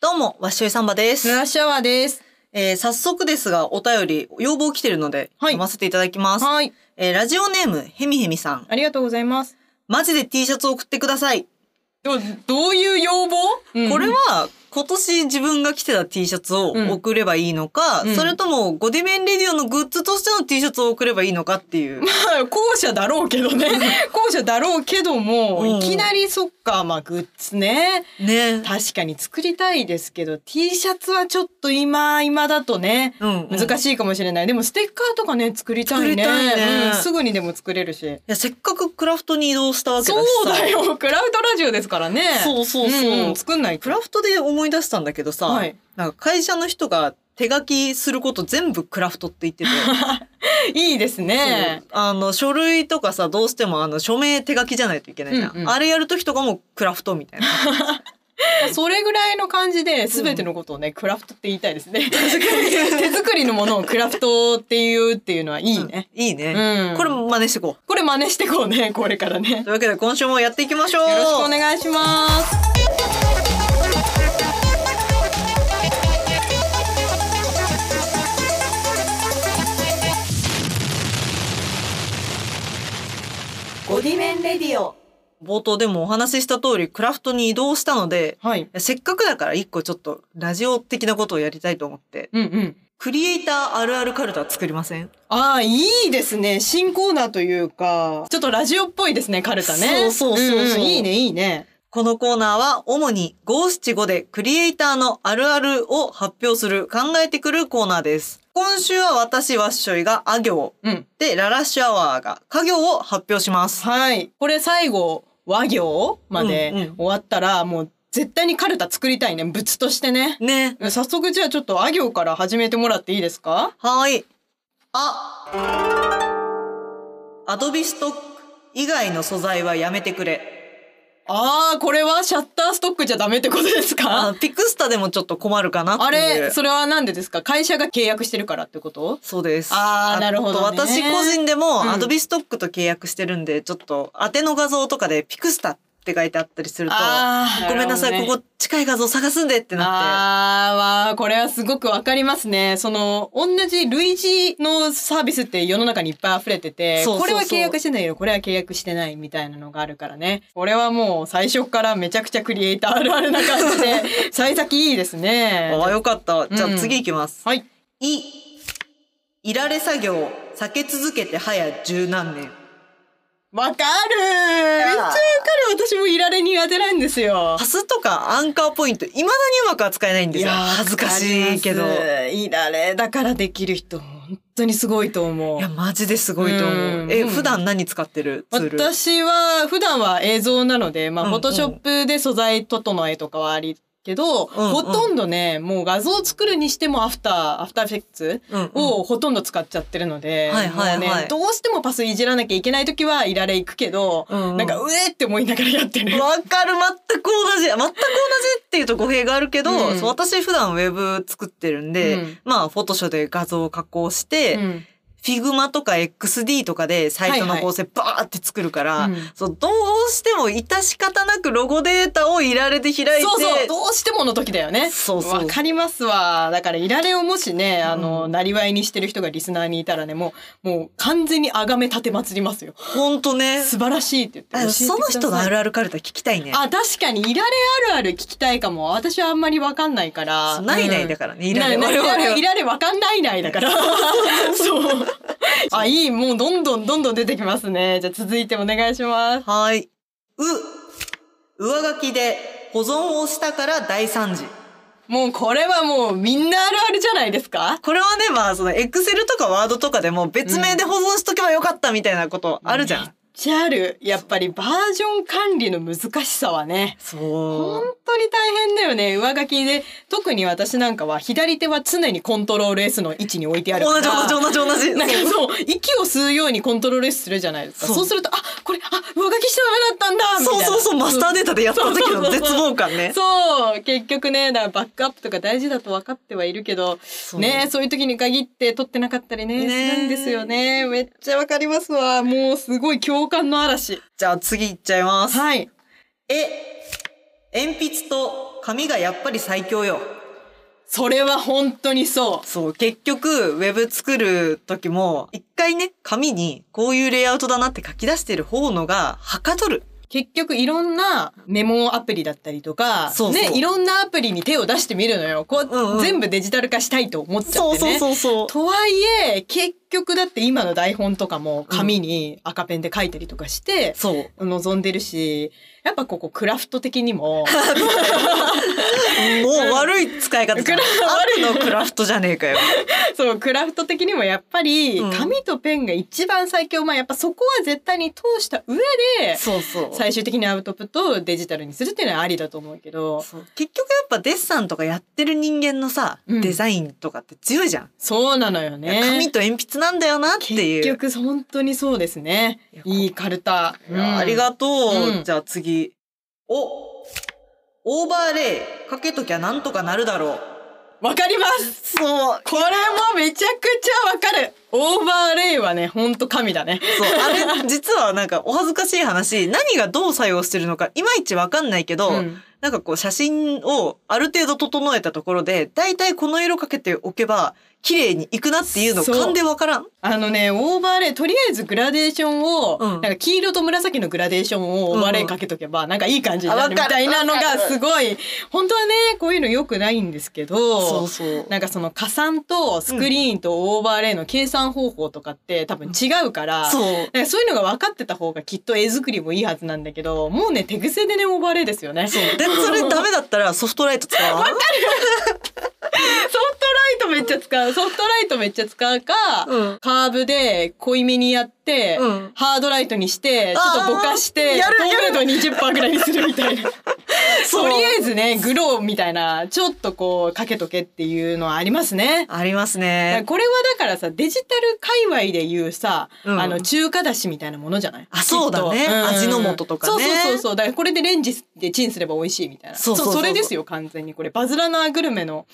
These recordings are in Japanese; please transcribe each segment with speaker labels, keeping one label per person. Speaker 1: どうも、わっしょいサンバです。
Speaker 2: ラッシャワーです。
Speaker 1: えー早速ですが、お便り、要望来てるので、
Speaker 2: はい
Speaker 1: 読ませていただきます。
Speaker 2: はい。
Speaker 1: えーラジオネーム、へみへみさん。
Speaker 2: ありがとうございます。
Speaker 1: マジで T シャツ送ってください。
Speaker 2: どどういう要望、
Speaker 1: これ
Speaker 2: は
Speaker 1: は、今年自分が着てた T シャツを
Speaker 2: うん
Speaker 1: 送ればいいのか、
Speaker 2: うん
Speaker 1: それとも、ゴディメンレディオのグッズとしての T シャツを送ればいいのかっていう。
Speaker 2: 後者だろうけどね。 後者だろうけども、
Speaker 1: うん
Speaker 2: いきなりそっか、まあグッズね。
Speaker 1: ね。
Speaker 2: 確かに作りたいですけど、T シャツはちょっと今、今だとね。
Speaker 1: うん、うん。
Speaker 2: 難しいかもしれない。でもステッカーとかね、作りたいね。
Speaker 1: 作りたいね
Speaker 2: うんすぐにでも作れるし。
Speaker 1: いや、せっかくクラフトに移動したわけだ
Speaker 2: そ
Speaker 1: し
Speaker 2: う
Speaker 1: さ。
Speaker 2: だ。よ。クラウドラジオですからね。
Speaker 1: そうそうそう。
Speaker 2: んん作んないと
Speaker 1: クラフトで思い出したんだけどさ、
Speaker 2: はい
Speaker 1: なんか会社の人が手書きすること全部クラフトって言ってて、
Speaker 2: いいですね
Speaker 1: そう。あの書類とかさどうしてもあの署名手書きじゃないといけないじゃん、
Speaker 2: うんうん
Speaker 1: あれやる時とかもクラフトみたいな
Speaker 2: それぐらいの感じで全てのことをね、クラフトって言いたいです ね。手作りのものをクラフトっていうっていうのはいいね。
Speaker 1: いいね、
Speaker 2: うん。
Speaker 1: これも真似していこう
Speaker 2: これ真似してこうね、これからね。よ
Speaker 1: というわけで今週もやっていきましょう
Speaker 2: ろしくお願いします。
Speaker 1: ゴディメンレディオ冒頭でもお話しした通りクラフトに移動したので
Speaker 2: はい。
Speaker 1: せっかくだから一個ちょっとラジオ的なことをやりたいと思って
Speaker 2: うんうん。
Speaker 1: クリエイターあるあるカルタ作りません
Speaker 2: ああ、いいですね。新コーナーというか、ちょっとラジオっぽいですね、カルタね。
Speaker 1: そうそうそうそうん
Speaker 2: んいいね、いいね。
Speaker 1: このコーナーは主に575でクリエイターのあるあるを発表する考えてくるコーナーです。今週は私ワッショイがあ行
Speaker 2: うん。
Speaker 1: でララッシュアワーが家行を発表します。
Speaker 2: はい。これ最後、和行まで
Speaker 1: うんうん
Speaker 2: 終わったら、もう絶対にカルタ作りたいね。物としてね。
Speaker 1: ね。
Speaker 2: 早速じゃあちょっとあ行から始めてもらっていいですか
Speaker 1: はーい。あ。アドビストック以外の素材はやめてくれ。
Speaker 2: ああこれはシャッターストックじゃダメってことです
Speaker 1: あ
Speaker 2: か
Speaker 1: ピクスタでもちょっと困るかなっていう。
Speaker 2: あれそれはなんでですか会社が契約してるからってこと
Speaker 1: そうです。
Speaker 2: あーなるほどね
Speaker 1: あと私個人でも
Speaker 2: うん
Speaker 1: アドビストックと契約してるんで、ちょっと当ての画像とかでピクスタって書いてあったりすると、
Speaker 2: あー
Speaker 1: ごめんなさい、
Speaker 2: なるほどね
Speaker 1: ここ近い画像探すんでってなっ
Speaker 2: あーわーこれはすごくわかりますねその同じ類似のサービスって世の中にいっぱい溢れてて
Speaker 1: そうそうそう
Speaker 2: これは契約してないよこれは契約してないみたいなのがあるからねこれはもう最初からめちゃくちゃクリエイターあるあるな感 じで幸先いいです
Speaker 1: て。
Speaker 2: ね
Speaker 1: ああ、よかった。じゃ
Speaker 2: う
Speaker 1: あ
Speaker 2: ん
Speaker 1: 次行きます。
Speaker 2: はい
Speaker 1: い。いられ作業、避け続けて早十何年。
Speaker 2: わかるめっちゃわかる私もいられ苦手なんですよ
Speaker 1: パ。スとかアンカーポイント、未だにうまく扱えないんですよ。恥ずかしいけど。
Speaker 2: わか
Speaker 1: い
Speaker 2: りますいられだからできる人、本当にすごいと思う
Speaker 1: や、。マジですごいと思
Speaker 2: う
Speaker 1: う。
Speaker 2: ん
Speaker 1: え、普段何使ってるツール
Speaker 2: 私は、普段は映像なので、まあ、
Speaker 1: うん
Speaker 2: フ
Speaker 1: うん
Speaker 2: ォトショップで素材整えとかはありけど、
Speaker 1: んうん
Speaker 2: ほとんどね、もう画像を作るにしてもアフター、アフターエフェクツ
Speaker 1: うんうん
Speaker 2: をほとんど使っちゃってるので、
Speaker 1: はいはいはい
Speaker 2: もうね、どうしてもパスいじらなきゃいけない時はいられいくけど、
Speaker 1: うんうん
Speaker 2: なんか、うえって思いながらやってる。
Speaker 1: わかる全く同じ全く同じっていうと語弊があるけど、
Speaker 2: うん
Speaker 1: そう私普段ウェブ作ってるんで、
Speaker 2: うん
Speaker 1: まあフォトショーで画像を加工して、
Speaker 2: う
Speaker 1: フ
Speaker 2: ん
Speaker 1: ィグマとか XD とかでサイトの構成バーって作るから、
Speaker 2: うん
Speaker 1: そうどうしても致し方なくロゴデータをいられて開いて
Speaker 2: そうそうどうしてもの時だよね
Speaker 1: そうそう
Speaker 2: わかりますわだからいられをもしねあの、なりわいにしてる人がリスナーにいたらねもうもう完全にあがめ立てまつりますよ
Speaker 1: ほんとね
Speaker 2: 素晴らしいって言って教え
Speaker 1: あ
Speaker 2: てください
Speaker 1: その人のあるあるカルタ聞きたいね
Speaker 2: あ確かにいられあるある聞きたいかも私はあんまりわかんないから
Speaker 1: そうないないだからねいられ
Speaker 2: な
Speaker 1: 我々はい
Speaker 2: られわかんないないだから そうあいいもうどんどんどんどん出てきますねじゃあ続いてお願いします
Speaker 1: はーいう上書きで保存をしたから大惨事
Speaker 2: もうこれはもうみんなあるあるじゃないですか
Speaker 1: これはね、まあ、その、エクセルとかワードとかでも別名で保存しとけばよかったみたいなことあるじゃん。
Speaker 2: めっちゃある。やっぱりバージョン管理の難しさはね。本
Speaker 1: そう。
Speaker 2: 当に大変だよね。上書きで。特に私なんかは左手は常にコントロール S の位置に置いてあるか
Speaker 1: 同
Speaker 2: ら。
Speaker 1: じ同じ同じ同じ。
Speaker 2: なんか
Speaker 1: そう
Speaker 2: そう、息を吸うようにコントロール S するじゃないですか。
Speaker 1: そう
Speaker 2: そうすると、あ、これ、あ、上書きしちゃダメだったんだみたい
Speaker 1: そう
Speaker 2: な
Speaker 1: そうそう、マスターデータでやった時の絶望感ね。
Speaker 2: そう結局ねだからバックアップとか大事だと分かってはいるけど
Speaker 1: う
Speaker 2: ねそういう時に限って撮ってなかったりね
Speaker 1: ね
Speaker 2: するんですよねめっちゃ分かりますわもうすごい共感の嵐
Speaker 1: じゃあ次いっちゃいます。
Speaker 2: はい
Speaker 1: え、鉛筆と紙がやっぱり最強よ。
Speaker 2: それは本当にそ
Speaker 1: そう、結局、ウェブ作る時も、一回ね、紙にこういうレイアウトだなって書き出してる方のが、はかどる。
Speaker 2: う。結局いろんなメモアプリだったりとか、
Speaker 1: そうそう
Speaker 2: ね、いろんなアプリに手を出してみるのよ。こう、
Speaker 1: うんうん
Speaker 2: 全部デジタル化したいと思っちゃってね。
Speaker 1: うそ
Speaker 2: とはいえ、結局だって今の台本とかも紙に赤ペンで書いたりとかして、
Speaker 1: そう。
Speaker 2: 望んでるし、やっぱここクラフト的に も、
Speaker 1: もう悪い使い方じゃん。
Speaker 2: ク
Speaker 1: 悪のクラフトじゃねえかよ。
Speaker 2: そう、クラフト的にもやっぱり
Speaker 1: うん
Speaker 2: 紙とペンが一番最強。まあやっぱそこは絶対に通した上で、
Speaker 1: そうそう。
Speaker 2: 最終的にアウトプットをデジタルにするっていうのはありだと思うけど、
Speaker 1: そう結局やっぱデッサンとかやってる人間のさ、
Speaker 2: うん
Speaker 1: デザインとかって強いじゃん。
Speaker 2: そうなのよ
Speaker 1: いや
Speaker 2: ね。
Speaker 1: 紙と鉛筆なんだよなっていう。
Speaker 2: 結局本当にそうですね。
Speaker 1: いや
Speaker 2: いいカルタ。
Speaker 1: いやありがとう。
Speaker 2: うん
Speaker 1: じゃあ次。おオーバーレイかけときゃなんとかなるだろう。
Speaker 2: うん。わかります
Speaker 1: そう。
Speaker 2: これもめちゃくちゃわかるオーバーレイはね、ほんと神だね。
Speaker 1: そう。あれ、実はなんかお恥ずかしい話、何がどう作用してるのかいまいちわかんないけど、
Speaker 2: うん
Speaker 1: なんかこう写真をある程度整えたところで、だいたいこの色かけておけば、綺麗にいくなっていうのを
Speaker 2: そう
Speaker 1: 勘でわからん。
Speaker 2: あのね、オーバーレイ、とりあえずグラデーションを、
Speaker 1: うん
Speaker 2: なんか黄色と紫のグラデーションをオーバーレイかけとけば、なんかいい感じになるみ
Speaker 1: あわか
Speaker 2: た
Speaker 1: る
Speaker 2: いなの
Speaker 1: わか
Speaker 2: が
Speaker 1: る
Speaker 2: すごい、本当はね、こういうの良くないんですけど、
Speaker 1: そう
Speaker 2: なんかその加算とスクリーンとオーバーレイの計算方法とかって多分違うから、
Speaker 1: そう。
Speaker 2: なんかそういうのが分かってた方がきっと絵作りもいいはずなんだけど、もうね、手癖でね、オーバーレイですよね。 そう。
Speaker 1: で、それダメだったらソフトライト使わん
Speaker 2: ソフトライトめっちゃ使う。ソフトライトめっちゃ使うか、
Speaker 1: うん
Speaker 2: カーブで濃いめにやって、
Speaker 1: うん
Speaker 2: ハードライトにして、ち
Speaker 1: あー
Speaker 2: ょっとぼかして、
Speaker 1: やるやる
Speaker 2: 透明度20%ぐらいにする みたいな。
Speaker 1: そ
Speaker 2: と
Speaker 1: う
Speaker 2: りあえずね、グローみたいな、ちょっとこう、かけとけっていうのはありますね。
Speaker 1: あります
Speaker 2: だから
Speaker 1: ね。
Speaker 2: これはだからさ、デジタル界隈で言うさ、
Speaker 1: うん
Speaker 2: あの、中華だしみたいなものじゃない
Speaker 1: あそうだね
Speaker 2: きっ
Speaker 1: 味の素とかね
Speaker 2: そうそうそうそう。だからこれでレンジでチンすれば美味しいみたいな。
Speaker 1: そうそうそうそう
Speaker 2: れですよ、完全に。これ、バズラナーグルメの、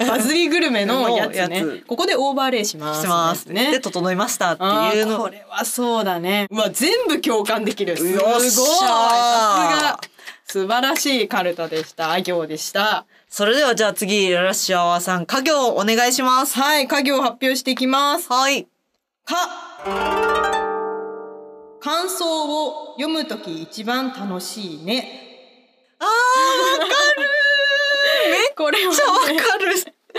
Speaker 2: ぐバズりグルメのやつ
Speaker 1: の
Speaker 2: ね
Speaker 1: やつ
Speaker 2: ここでオーバーレイします。
Speaker 1: します。
Speaker 2: ね。
Speaker 1: で、整いましたって
Speaker 2: あ
Speaker 1: いう
Speaker 2: ー
Speaker 1: の。
Speaker 2: これはそうだね。うわ、全部共感できる。すごい。
Speaker 1: よっしゃー
Speaker 2: さすが。素晴らしいカルタでした。あ行でした。
Speaker 1: それではじゃあ次、ララシアワさん、家業お願いします。
Speaker 2: はい、家業発表していきます。
Speaker 1: はい。
Speaker 2: か感想を読むとき一番楽しいね。
Speaker 1: あー、わか
Speaker 2: これは、
Speaker 1: る
Speaker 2: ね、
Speaker 1: わかる。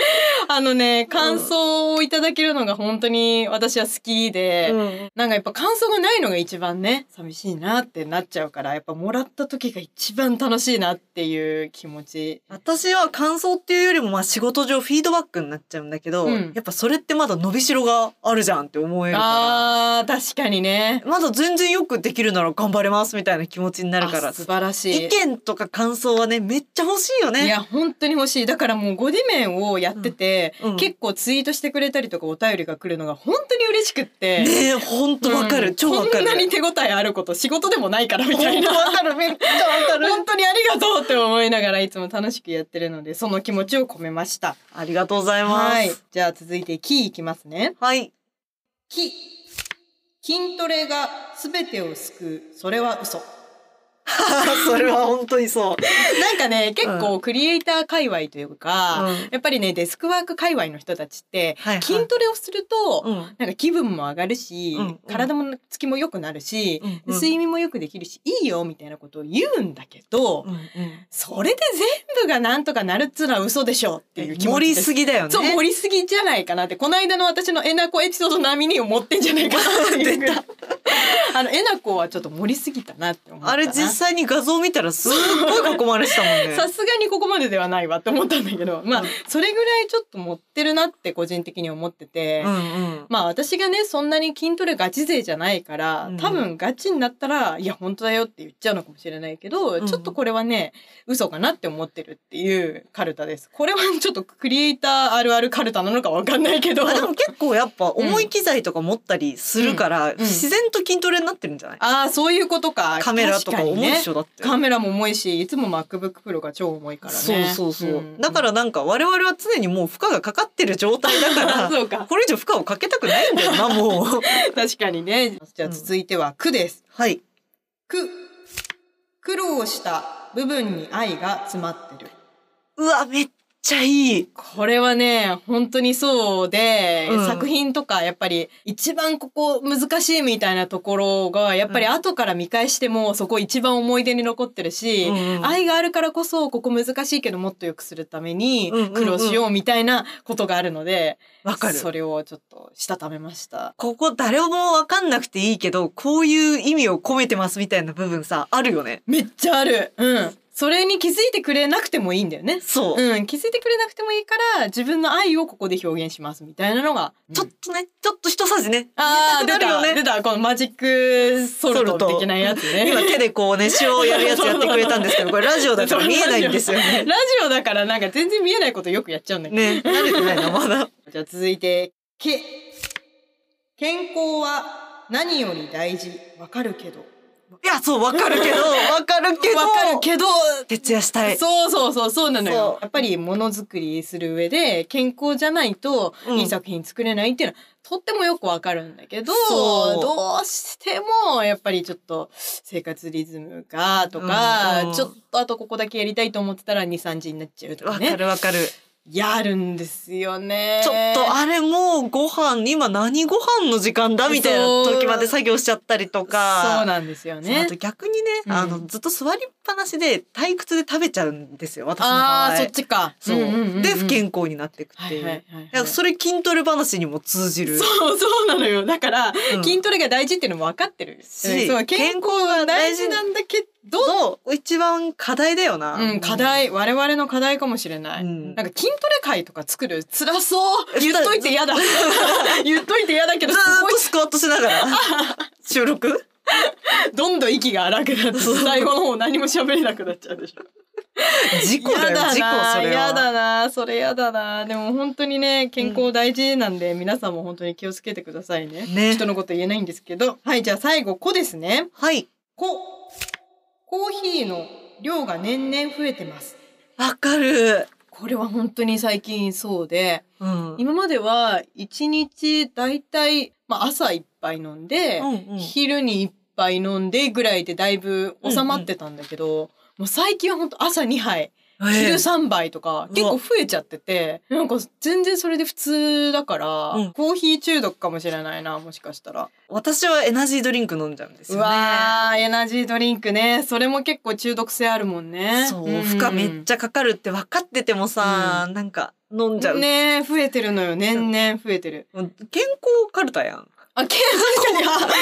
Speaker 2: あのね、感想をいただけるのが本当に私は好きで、
Speaker 1: うん
Speaker 2: なんかやっぱ感想がないのが一番ね、寂しいなってなっちゃうから、やっぱもらった時が一番楽しいなっていう気持ち。
Speaker 1: 私は感想っていうよりも、まあ仕事上フィードバックになっちゃうんだけど、
Speaker 2: うん
Speaker 1: やっぱそれってまだ伸びしろがあるじゃんって思えるか
Speaker 2: あー、確かにね。
Speaker 1: ら。まだ全然よくできるなら頑張れますみたいな気持ちになるから
Speaker 2: あ。素晴らしい。
Speaker 1: 意見とか感想はね、めっちゃ欲しいよね。
Speaker 2: いや、本当に欲しい。だからもうゴディメンをやってて、
Speaker 1: うんうん
Speaker 2: 結構ツイートしてくれたりとかお便りが来るのが本当に嬉しくって。
Speaker 1: ねえ、ほんとわかる。
Speaker 2: うん
Speaker 1: 超わか
Speaker 2: こん
Speaker 1: る。
Speaker 2: なに手応えあること仕事でもないからみたい
Speaker 1: ほんと
Speaker 2: な。
Speaker 1: わかる。めっちゃわかる。
Speaker 2: 本当にありがとうって思いながらいつも楽しくやってるので、その気持ちを込めました。
Speaker 1: ありがとうございます。
Speaker 2: はい。じゃあ続いてキーいきますね。
Speaker 1: はい。
Speaker 2: キー。筋トレが全てを救う。それは嘘。
Speaker 1: それは本当にそう。
Speaker 2: なんかね、結構クリエイター界隈というか、
Speaker 1: うん
Speaker 2: やっぱりね、デスクワーク界隈の人たちって、
Speaker 1: はいはい
Speaker 2: 筋トレをすると、
Speaker 1: うん。
Speaker 2: なんか気分も上がるし、
Speaker 1: うんうん
Speaker 2: 体もつきも良くなるし、
Speaker 1: うんうん
Speaker 2: 睡眠もよくできるし、いいよみたいなことを言うんだけど、
Speaker 1: うんうん
Speaker 2: それで全部がなんとかなるっつうのは嘘でしょっていう気持
Speaker 1: 盛
Speaker 2: ち
Speaker 1: り
Speaker 2: です。
Speaker 1: すぎだよね。
Speaker 2: そう、盛りすぎじゃないかなって、この間の私のえなこエピソード並みに思ってんじゃないかなっていう ぐらい。あの、えなこはちょっと盛りすぎたなって思ったな。
Speaker 1: あれ実際に画像見たらすっごい囲まれてたもん ね。
Speaker 2: さすがにここまでではないわって思ったんだけど、まあ、それぐらいちょっと持ってるなって個人的に思ってて、
Speaker 1: うんうん。
Speaker 2: まあ私がね、そんなに筋トレガチ勢じゃないから
Speaker 1: うん、
Speaker 2: 多分ガチになったら、いや、本当だよって言っちゃうのかもしれないけど、
Speaker 1: うん
Speaker 2: ちょっとこれはね、嘘かなって思ってるっていうカルタです。これはちょっとクリエイターあるあるカルタなのかわかんな いけど。
Speaker 1: あでも結構やっぱ重い機材とか持ったりするから、
Speaker 2: ん
Speaker 1: 自然と筋トレになってるんじゃない、
Speaker 2: ああ、そういうことか。
Speaker 1: カメラとか
Speaker 2: 確に
Speaker 1: 重い
Speaker 2: ね
Speaker 1: っしょだって。
Speaker 2: カメラも重いし、いつも MacBook Pro が超重いからね。
Speaker 1: そうそうそう、
Speaker 2: ん
Speaker 1: だからなんか我々は常にもう負荷がかかってる状態だか ら、
Speaker 2: そうか。
Speaker 1: これ以上負荷をかけたくないんだよな、もう。
Speaker 2: 確かにね。じゃあ続いては、苦です。
Speaker 1: はい。
Speaker 2: 苦。苦労した部分に愛が詰まってる。
Speaker 1: うわ、めっちゃいい。
Speaker 2: これはね、本当にそうで、
Speaker 1: うん
Speaker 2: 作品とかやっぱり一番ここ難しいみたいなところが、やっぱり後から見返してもそこ一番思い出に残ってるし、
Speaker 1: うんうん
Speaker 2: 愛があるからこそここ難しいけどもっと良くするために
Speaker 1: うんうんうん
Speaker 2: 苦労しようみたいなことがあるので、
Speaker 1: わかる。
Speaker 2: それをちょっとしたためました。
Speaker 1: ここ誰もわかんなくていいけど、こういう意味を込めてますみたいな部分さ、あるよね。
Speaker 2: めっちゃある。うん。それに気づいてくれなくてもいいんだよね。
Speaker 1: そう。
Speaker 2: うん、気づいてくれなくてもいいから自分の愛をここで表現しますみたいなのが、
Speaker 1: ちょっとね、ちょっと一さじね。
Speaker 2: ああ、
Speaker 1: 言いた
Speaker 2: 出
Speaker 1: くな
Speaker 2: た、
Speaker 1: るよ
Speaker 2: 出
Speaker 1: ね。
Speaker 2: た、このマジックソルト的なやつね。
Speaker 1: 今手でこうね、塩をやるやつやってくれたんですけど、こ れラジオだから見えないんですよ
Speaker 2: ラ
Speaker 1: ね。
Speaker 2: ジオだからなんか全然見えないことよくやっちゃうんだけど。
Speaker 1: ね、慣れてないな、まだ。
Speaker 2: じゃあ続いて、け。健康は何より大事。わかるけど。
Speaker 1: いや、そう、わかるけど、わかるけど、
Speaker 2: わかるけど、
Speaker 1: 徹夜したい。
Speaker 2: そうそうそう、そうなの
Speaker 1: そ
Speaker 2: よ
Speaker 1: う。
Speaker 2: やっぱりものづくりする上で、健康じゃないと
Speaker 1: うん
Speaker 2: いい作品作れないっていうのは、とってもよくわかるんだけど、
Speaker 1: そう
Speaker 2: どうしても、やっぱりちょっと生活リズムが、とか、
Speaker 1: うんうん
Speaker 2: ちょっとあとここだけやりたいと思ってたら2、3時になっちゃうと
Speaker 1: わ
Speaker 2: か
Speaker 1: か
Speaker 2: ね。
Speaker 1: るわかる。
Speaker 2: やるんですよね。
Speaker 1: ちょっと、あれもうご飯、今何ご飯の時間だみたいな時まで作業しちゃったりとか。
Speaker 2: そうなんですよ
Speaker 1: そう
Speaker 2: ね
Speaker 1: あと。逆にね、
Speaker 2: うん
Speaker 1: あのずっと座りっぱなしで退屈で食べちゃうんですよ私の場合
Speaker 2: ああー、そっちか。
Speaker 1: そう,、
Speaker 2: んんんん
Speaker 1: で不健康になっていくっ
Speaker 2: は
Speaker 1: てい、
Speaker 2: いうはいいはい
Speaker 1: や
Speaker 2: はい。
Speaker 1: それ筋トレ話にも通じる
Speaker 2: そうそうなのよ。だから、
Speaker 1: うん
Speaker 2: 筋トレが大事っていうのも分かってる
Speaker 1: し
Speaker 2: そう健康が大事なんだけど、
Speaker 1: の一番課題だよな、
Speaker 2: うん、課題、我々の課題かもしれない。
Speaker 1: うん
Speaker 2: なんか筋トレ会とか作る辛そう
Speaker 1: え
Speaker 2: 言っといて 嫌だ言っといて嫌だけ
Speaker 1: ず
Speaker 2: ど、
Speaker 1: ー
Speaker 2: す
Speaker 1: っ
Speaker 2: ごい
Speaker 1: とスクワットしなが ら収録
Speaker 2: どんどん息が荒くなって、
Speaker 1: そう
Speaker 2: 最後の方何も喋れなくなっちゃうでしょ。
Speaker 1: 事故だよ
Speaker 2: な
Speaker 1: 事故それは
Speaker 2: 嫌だなそれ嫌だなでも本当にね、健康大事なんで、皆さんも本当に気をつけてくださいね。
Speaker 1: ね
Speaker 2: 人のこと言えないんですけど。はい、じゃあ最後、子ですね。
Speaker 1: はい
Speaker 2: こ、コーヒーの量が年々増えてます。
Speaker 1: わかる、
Speaker 2: これは本当に最近そうで、
Speaker 1: うん
Speaker 2: 今までは1日だいたい、まあ、朝一杯飲んで、
Speaker 1: うんうん
Speaker 2: 昼に一杯飲んでぐらいでだいぶ収まってたんだけど、もう最近は本当朝2杯、
Speaker 1: え
Speaker 2: 昼
Speaker 1: え
Speaker 2: 3杯とか結構増えちゃってて、なんか全然それで普通だから、
Speaker 1: うん
Speaker 2: コーヒー中毒かもしれないな、もしかしたら。
Speaker 1: 私はエナジードリンク飲んじゃうんです
Speaker 2: う
Speaker 1: よね
Speaker 2: わー、エナジードリンクね。それも結構中毒性あるもんね。
Speaker 1: そう、
Speaker 2: ん
Speaker 1: 負荷めっちゃかかるって分かっててもさ、なんか飲んじゃう、
Speaker 2: ねえ増えてるのよ。年々増えてる。
Speaker 1: もう健康カルタやん
Speaker 2: あ、け、確かに、あ、 本 当だ。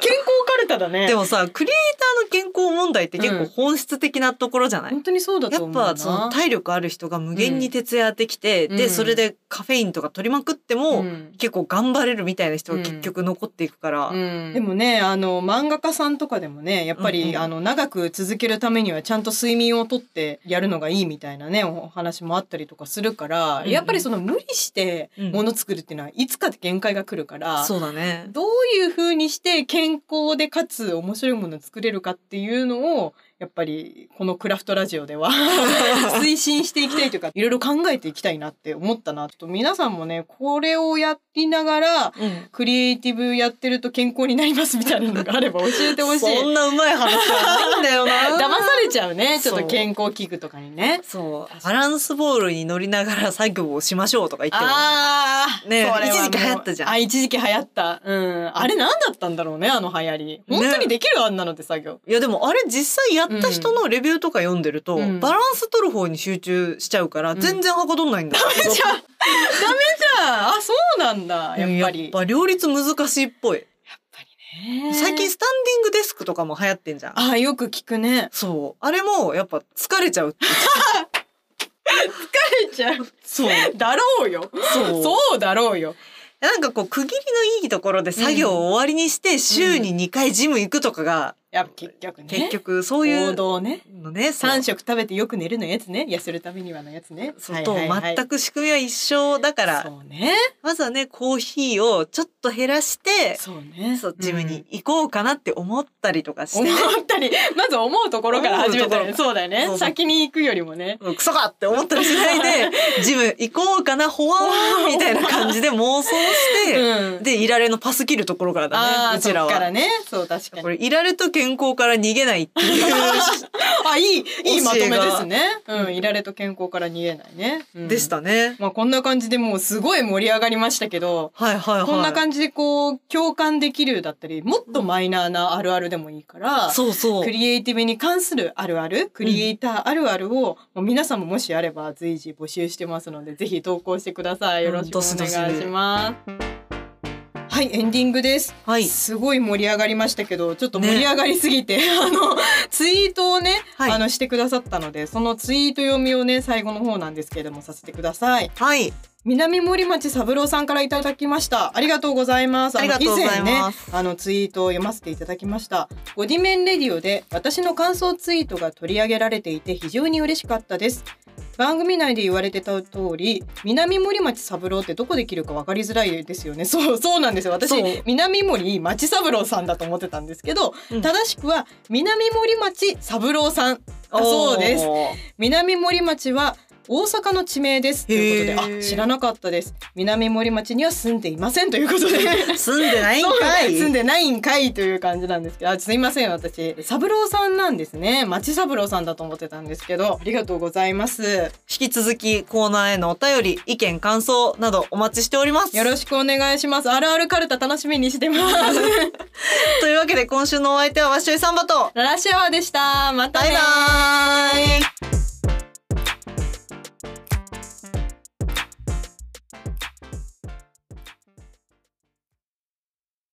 Speaker 2: 健康カルタだね。
Speaker 1: でもさクリエイターの健康問題って結
Speaker 2: うん
Speaker 1: 構本質的なところじゃない、
Speaker 2: 本当にそうだ
Speaker 1: や
Speaker 2: と
Speaker 1: っ
Speaker 2: 思うな。
Speaker 1: ぱその体力ある人が無限に徹夜できて、
Speaker 2: うんう
Speaker 1: で
Speaker 2: ん
Speaker 1: それでカフェインとか取りまくっても、
Speaker 2: うん
Speaker 1: 結構頑張れるみたいな人が結局残っていくから、
Speaker 2: うんでもね、あの、漫画家さんとかでもね、やっぱり、
Speaker 1: うんうん
Speaker 2: あの、長く続けるためにはちゃんと睡眠をとってやるのがいいみたいなね、お話もあったりとかするから、
Speaker 1: うんうん
Speaker 2: やっぱりその無理して
Speaker 1: うん
Speaker 2: もの作るっていうのは、いつかって限界が来るから、
Speaker 1: そうだね
Speaker 2: どういうふうにして健康でかつ面白いものを作れるかっていうのを、やっぱりこのクラフトラジオでは 推進していきたいというか、いろいろ考えていきたいなって思ったな。ちょっと皆さんもね、これをやりながら、
Speaker 1: うん
Speaker 2: クリエイティブやってると健康になりますみたいなのがあれば教えて ほしい。
Speaker 1: そ
Speaker 2: 騙
Speaker 1: んなうまい話はないんだ よな
Speaker 2: されちゃうね。ちょっ
Speaker 1: そ
Speaker 2: と
Speaker 1: う
Speaker 2: 健康器具とかにね。
Speaker 1: そうバランスボールに乗りながら作業をしましょうとか言っても
Speaker 2: ああ、
Speaker 1: ねえ
Speaker 2: それはもう
Speaker 1: 一時期流行ったじゃん
Speaker 2: あ、一時期流行った。うん。あれ何だったんだろうね、あの流行り。本当にできるあんなのって作業。
Speaker 1: いやでもあれ実際やった人のレビューとか読んでると、
Speaker 2: うん
Speaker 1: バランス取る方に集中しちゃうから
Speaker 2: ん
Speaker 1: 全然はかどんないんだ、
Speaker 2: じゃあ、ダメじゃん。あ、そうなんだ。や
Speaker 1: うん
Speaker 2: っぱり。
Speaker 1: やっぱ両立難しいっぽい、
Speaker 2: ねえ
Speaker 1: 最近スタンディングデスクとかも流行ってんじゃん
Speaker 2: あ、よく聞くね。
Speaker 1: そうあれもやっぱ疲れちゃうって
Speaker 2: 疲れちゃう。
Speaker 1: そう
Speaker 2: だろうよ。
Speaker 1: そう
Speaker 2: そうだろうよ。
Speaker 1: なんかこう区切りのいいところで作業を終わりにして週に2回ジム行くとかが、
Speaker 2: やっぱ結局ね。
Speaker 1: 結局そ
Speaker 2: こ
Speaker 1: ういう
Speaker 2: 動ね。
Speaker 1: のねそう
Speaker 2: 三食食べてよく寝るのやつね。痩せるためにはのやつね。
Speaker 1: そうと全
Speaker 2: く
Speaker 1: く仕組みは一緒だから、
Speaker 2: そうね。
Speaker 1: まずはねコーヒーをちょっと減らして
Speaker 2: そうね。
Speaker 1: そう自分に
Speaker 2: ん。
Speaker 1: 行こうかなって思ったりとかして、
Speaker 2: 思ったり、まず思うところから始めた
Speaker 1: 思う
Speaker 2: り。
Speaker 1: とこ
Speaker 2: そうだよね
Speaker 1: そうそう
Speaker 2: 先に行くよりもね。
Speaker 1: クソかって思ったりしないでジム行こうかなほわーんみたいな感じで妄想して、
Speaker 2: うん。
Speaker 1: でいられのパス切るところからだ
Speaker 2: あ
Speaker 1: ね
Speaker 2: あ、
Speaker 1: う
Speaker 2: そ
Speaker 1: ち
Speaker 2: っ
Speaker 1: ら
Speaker 2: か
Speaker 1: は
Speaker 2: ら。ね。そう、確か
Speaker 1: こ
Speaker 2: に。
Speaker 1: れいられと健健康から逃げないっていう
Speaker 2: あ、いい、いいまとめ
Speaker 1: 教えが
Speaker 2: ですね。うん、いられと健康から逃げないね。うん
Speaker 1: でし。たね。
Speaker 2: まあこんな感じでもうすごい盛り上がりましたけど、
Speaker 1: はいはいはい。
Speaker 2: こんな感じでこう共感できるだったり、もっとマイナーなあるあるでもいいから、
Speaker 1: そうそう
Speaker 2: ク。リエイティブに関するあるある、クリエイターあるあるを、もう皆さんももしあれば随時募集してますので、ぜひ投稿してください。よろしくお願いし
Speaker 1: どしどし
Speaker 2: ます。はい、エンディングです。
Speaker 1: はい。
Speaker 2: すごい盛り上がりましたけど、ちょっと盛り上がりすぎて、 あの、ツイートをね、
Speaker 1: はい
Speaker 2: あの、してくださったので、そのツイート読みをね、最後の方なんですけれども、させてください。
Speaker 1: はい。
Speaker 2: 南森町三郎さんからいただきました。ありがとうございます。の
Speaker 1: ありがとうござい
Speaker 2: 以前
Speaker 1: ま
Speaker 2: ね、あのツイートを読ませていただきました。ゴディメンレディオで私の感想ツイートが取り上げられていて非常に嬉しかったです。番組内で言われてた通り、南森町三郎ってどこできるか分かりづらいですよね。 そう、そうなんですよ。私
Speaker 1: そう、
Speaker 2: 南森町三郎さんだと思ってたんですけど、
Speaker 1: うん
Speaker 2: 正しくは南森町三郎さん。あそうです。
Speaker 1: おー。
Speaker 2: 南森町は大阪の地名ですというこ
Speaker 1: へ
Speaker 2: と
Speaker 1: ー
Speaker 2: であ知らなかったです南森町には住んでいませんということで
Speaker 1: 住んでないん
Speaker 2: そう
Speaker 1: かい。
Speaker 2: 住んでないんかいという感じなんですけどあすいません私三郎さんなんですね町三郎さんだと思ってたんですけどありがとうございます
Speaker 1: 引き続きコーナーへのお便り、意見、感想などお待ちしております。
Speaker 2: よろしくお願いしますあるあるカルタ楽しみに してます
Speaker 1: というわけで今週のお相手はわっしょいサンバと、
Speaker 2: ララシアワーでしたまた
Speaker 1: バ
Speaker 2: ね
Speaker 1: イバーイ